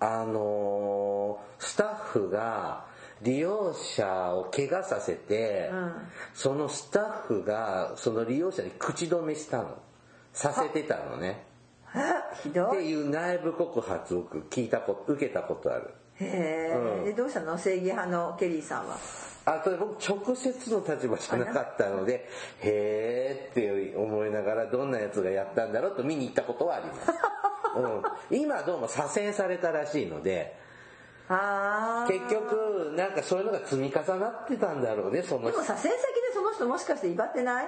あのースタッフが利用者を怪我させて、
うん
そのスタッフがその利用者に口止めしたのさせてたのね
ひ
っ
ど
て
い
いう内部告発を僕聞いたこと受けたことある
へ
うん
え、でどうしたの正義派のケリーさんは
あそれ僕直接の立場じゃなかったのでへーって思いながらどんなやつがやったんだろうと見に行ったことはあり ます、うん、今どうも左遷されたらしいので
ああ
結局なんかそういうのが積み重なってたんだろうねその
でもさ先先でその人もしかして威張ってない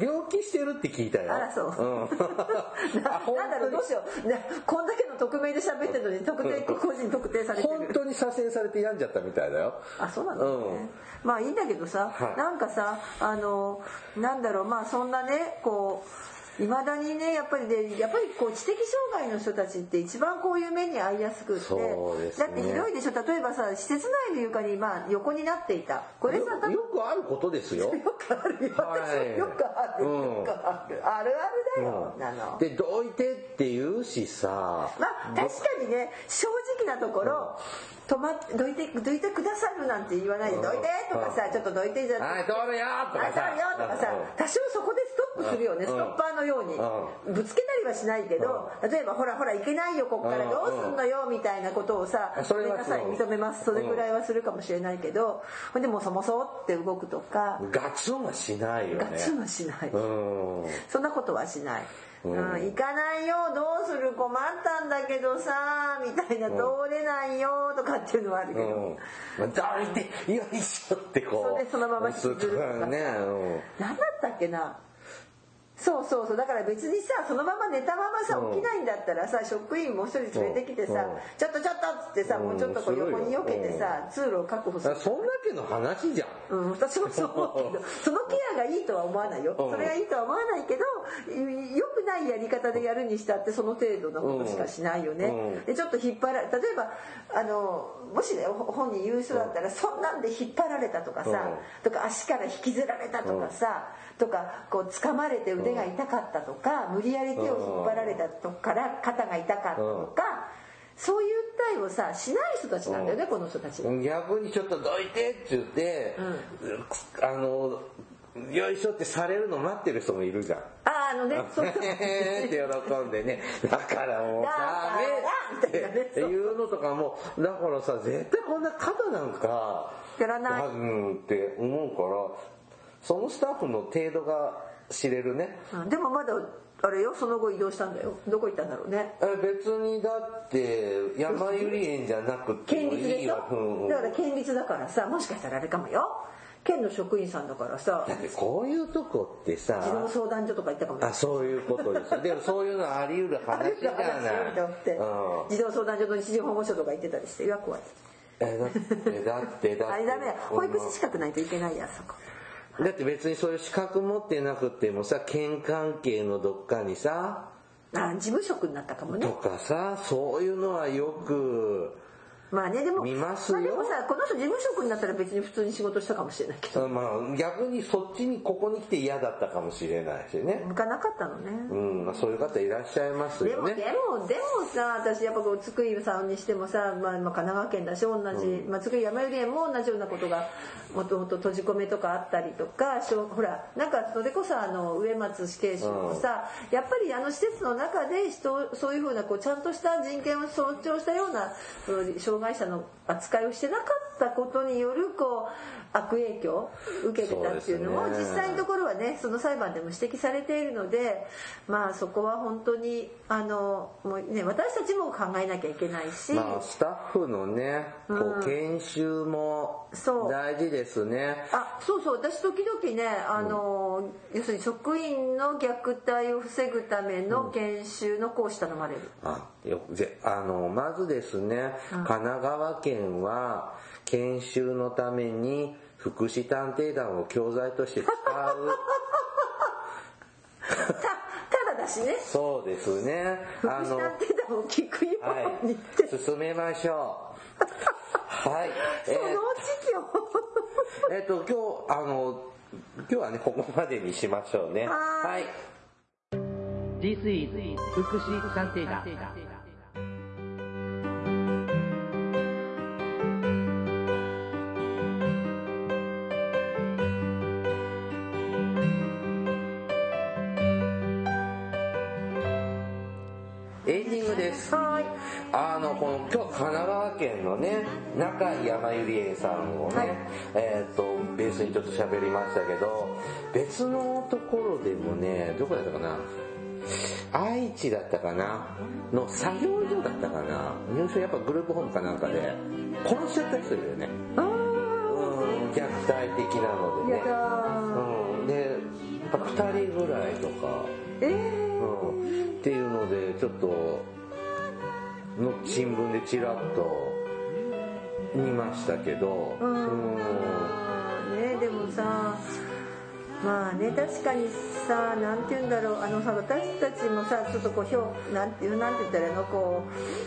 病気してるって聞いたよ
あらそうん
あ本
なんだろ
当に
うどうしようなこんだけの匿名で喋ってるのに特定個人特定されて
本
る
当に左遷されて病んじゃったみたいだよ
あそうなんだね、
うん
まあいいんだけどさ、
はい
なんかさあのなんだろうまあそんなねこういまだにねやっぱりでやっぱりこう知的障害の人たちって一番こういう目に遭いやすくって、
そうですね
だってひどいでしょ例えばさ施設内の床にまあ横になっていたこれ
よ
さ多分
よくあることです よ
よくあるよ、
はい
よくある
うん
よくある、あるあるだよ、なの
でどいてって言うしさ
まあ確かにね正直なところ「止まっどいてどいてくださる」なんて言わないで「
うん
どいて」とかさ
うん
「ちょっとどいて」じゃなくて
はい、通るよーとか
あんた
さ。
らよとかさ多少そこでストップするよ
う
ね
ん
ストッパーのように
う
ぶつけたりはしないけど例えばほらほらいけないよこっから
うん
どうすんのよみたいなことをさ
あそ
ご
れ
めん
は
なさい
そう
認めますそれぐらいはするかもしれないけどほんでもうそもそもって動くとか
うんガツンはしないよね。
ガツンはしない。
うん。
そんなことはしない。
う
うんん、行かないよどうする困ったんだけどさみたいな、通れないよとかっていうのはあるけ
う
ど、
ん。まあ、どいて、よいしょってこう。
それそのまま引きずるとか
そうね。うん。
何だったっけなそうそうそうだから別にさそのまま寝たままさ
うん
起きないんだったらさ職員もう一人連れてきてさ
うん
「ちょっとちょっと」っつってさ
うん
もうちょっとこう横に避けてさ通路を確保す
だ
る
からそんだけの話じゃん。
うん、私もそう思 うけどそのケアがいいとは思わないよ
うん
それがいいとは思わないけどい良くないやり方でやるにしたってその程度のことしかしないよね、
うん
でちょっと引っ張られ例えばあのもしねほ本人優秀だったら、そんなんで引っ張られたとかさ、
う
とか足から引きずられたとかさ、とかこう掴まれて腕が痛かったとか、無理やり手を引っ張られたとから肩が痛かったとか、そういう訴えをさしない人たちなんだよね、この人たちは。
逆にちょっとどいてって言って、あの、よいしょってされるの待ってる人もいるじゃん。
ああの ね そうそう
へーって喜んでねだからもう
だ
ダ
から
メ
みたいなね
っていうのとかもだからさ絶対こんな肩なんか
やらない
うんって思うからそのスタッフの程度が知れるね
うんでもまだあれよその後移動したんだよどこ行ったんだろうね
え別にだって山ゆり園じゃなくて
県
も
立
い
で
い
しょ
わうんうん
だから県立だからさもしかしたらあれかもよ県の職員さんだか らさ
だってこういうとこって
児童
さ
相談所とか行ったかもよ
あそういうことですでもそういうのあり得る話じゃ ない
だって
うん
児童相談所の一時保護所とか行ってたりしていや怖い
えだってだってだって
あれダメだよ保育士資格ないといけないやそこ
だって別にそういう資格持ってなくてもさ県関係のどっかにさ
あ事務職になったかもね
とかさそういうのはよく
まあねでも
見ますよ
あ、でもさこの人事務職になったら別に普通に仕事したかもしれないけど
うんまあ、逆にそっちにここに来て嫌だったかもしれないしね、
向かなかったのね、
うんまあ、そういう方いらっしゃいます
で
よ
もで
ね
もでもさ私やっぱこう津久井さんにしてもさ、まあ、まあ神奈川県だし同じ、まあ、津久井やまゆり園も同じようなことがもともと閉じ込めとかあったりとかしょほらなんかそれこそあの上松死刑囚もさ、やっぱりあの施設の中で人そういうふうなこうちゃんとした人権を尊重したようなその障害者の扱いをしてなかったことによるこう悪影響を受けてたっていうのも
そうです
実
ね
際のところはねその裁判でも指摘されているのでまあそこは本当にあのもう、ね、私たちも考えなきゃいけないし、
まあ、スタッフのね、こう研修も
そう
大事ですね。
あそうそう私時々ねあの、要するに職員の虐待を防ぐための研修の講師頼まれる、
あよぜあのまずですね、神奈川県は研修のために福祉探偵団を教材として使う
たただだしね
そうですね
福
あ
祉
の
探偵団を聞くようにって、
はい進めましょうはいえ
その
ー
時期を
えっと、今日、あの、今日はね、ここまでにしましょうね。
は
は
ーい
い。
This is 福祉探偵団
エンディングです。あの、この、今日、神奈川県のね、中井やまゆり園さんをね、
はい
えっ、と、ベースにちょっと喋りましたけど、別のところでもね、どこだったかな愛知だったかなの作業所だったかな入所やっぱグループホームかなんかで、殺しちゃった人いるよね。
あ
うん、虐待的なの
ー
でね
や。だー
うん、で、やっぱ2人ぐらいとか、
えー
うん、っていうのでちょっとの新聞でちらっと見ましたけど、
うんねでもさまあね確かにさなんて言うんだろうあのさ私たちもさちょっとこうひょうなんていうなんて言ったらいいのこ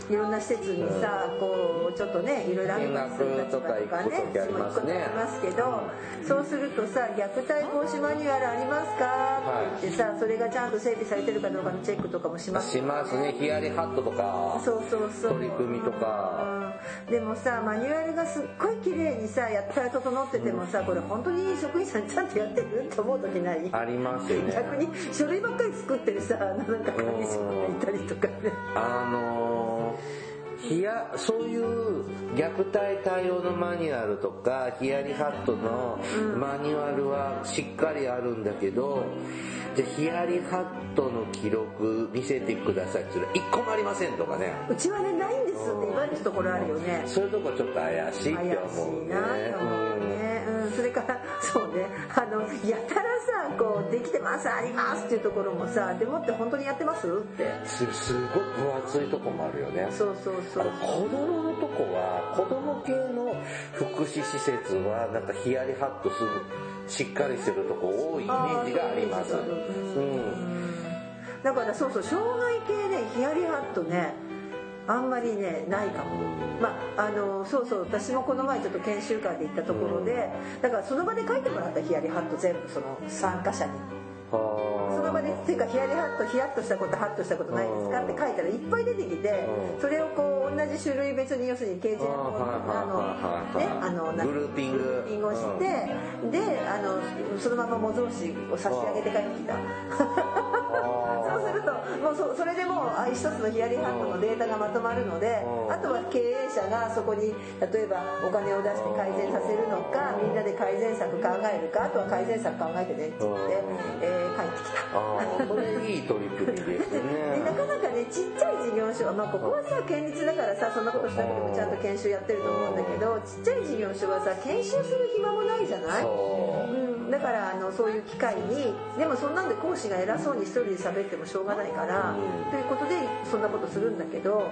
ういろんな施設にさ、こうちょっとねいろいろあるす
見
る立場
学とか行く時ありますね
そう行くことありますけど、そうするとさ虐待防止マニュアルありますかって言ってさそれがちゃんと整備されてるかどうかのチェックとかもし
うん
ます
しますねヒヤリハットとか
そうそうそう
取り組みとか
うんでもさマニュアルがすっごい綺麗にさやったら整っててもさこれ本当に職員さんちゃんとやってると思う時ない
ありますよ
逆
ね
に書類ばっかり作ってるさなんか管理職がいたりとかね
あのーヒヤそういう虐待対応のマニュアルとかヒヤリハットのマニュアルはしっかりあるんだけど、じゃあヒヤリハットの記録見せてくださいっていうのは一個もありませんとかね
うちはねないんですって言われるところあるよね
そういうとこちょっと怪しい
怪し
って思う
い
ね。
なと思うね、うん、それからそうねあのやたらさこうできてますありますっていうところもさでもって本当にやってますって
うんすすごい分厚いとこもあるよね。
そうそう
あ
そ
の
う
子供のとこは子供系の福祉施設はなんかヒヤリハッとするしっかりしてるとこ多いイメージがあります。
あーそういうイメージ
うん、
だからそうそう障害系ねヒヤリハットねあんまりねないかも。まあ、あのそうそう私もこの前ちょっと研修会で行ったところでだからその場で書いてもらったヒヤリハット全部その参加者にその場でっていうかヒヤリハットヒヤッとしたことハッとしたことないですかって書いたらいっぱい出てきて
うん
それをこう同じ種類別に要するに形
あー
状
はいはい
のね
はいはい
あのなんか
グルーピング
グルーピングをしてであのそのまま模造紙を差し上げて帰ってきた。 そうするともうそそれでもうあ一つのヒヤリハットのデータがまとまるので
うん
あとは経営者がそこに例えばお金を出して改善させるのかみんなで改善策考えるかあとは改善策考えてねって言って
うん、
えー帰ってきた。
あーあーこれいい取り組みですね。
でなかなかねちっちゃい事業所、まあ、ここはさ県立だからさそんなことしなくてもちゃんと研修やってると思うんだけどちっちゃい事業所はさ研修する暇もないじゃない
そう
うんだからあのそういう機会にでもそんなんで講師が偉そうに一人で喋ってもしょうがないから、
うん
ということでそんなことするんだけど、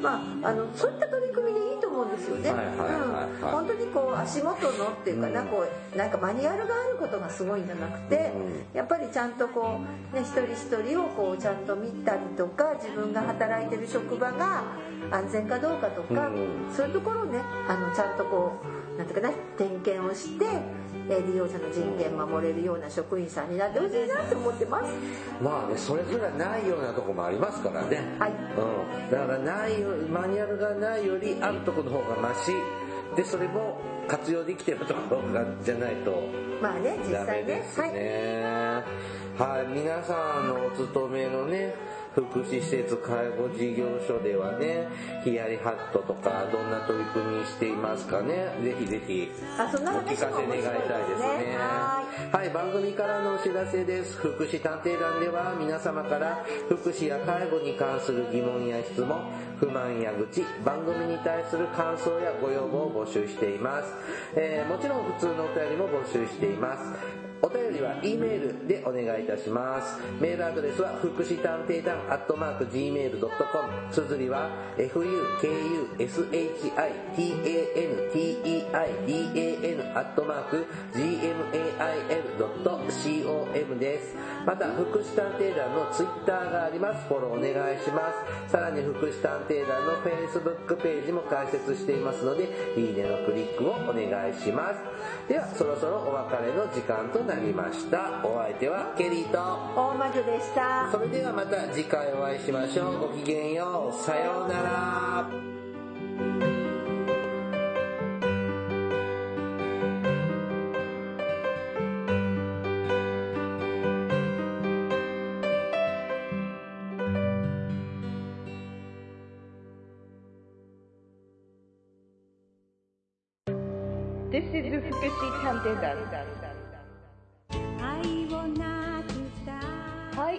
まあ、あのそういった取り組みでいいと思うんですよね。
はいはいはいはい
うん本当にこう足元のっていうかな、
うん
こうなんかマニュアルがあることがすごいんじゃなくて、やっぱりちゃんとこう、ね、一人一人をこうちゃんと見たりとか自分が働いてる職場が安全かどうかとか、
うん
そういうところをねあのちゃんとこうなんていうかな点検をして。えー利用者の人権守れるような職員さんになってほしいなと思ってます。
まあねそれぞれないようなとこもありますからね、
はい
うん、だからないよマニュアルがないよりあるとこの方がマシでそれも活用できてるところがじゃないと
まあね、実
ダメ
際ね。
ですねはい、皆さんのお勤めのね福祉施設介護事業所ではねヒヤリハットとかどんな取り組みしていますかねぜひぜひ
はい。あ、そん
お
な話も面
聞かせ願
白い
い
です
たいですね
ね。はーい。
はい番組からのお知らせです福祉探偵団では皆様から福祉や介護に関する疑問や質問不満や愚痴番組に対する感想やご要望を募集しています、えーもちろん普通のお便りも募集していますお便りは E メールでお願いいたしますメールアドレスは福祉探偵団アットマーク Gmail.com つづりは fukushitanteidan アットマーク gmail.com ですまた福祉探偵団のツイッターがありますフォローお願いしますさらに福祉探偵団の Facebook ページも開設していますのでいいねのクリックをお願いしますではそろそろお別れの時間となりましたお相手はケリーと
大魔女でした。
それではまた次回お会いしましょうごきげんようさようなら
Hi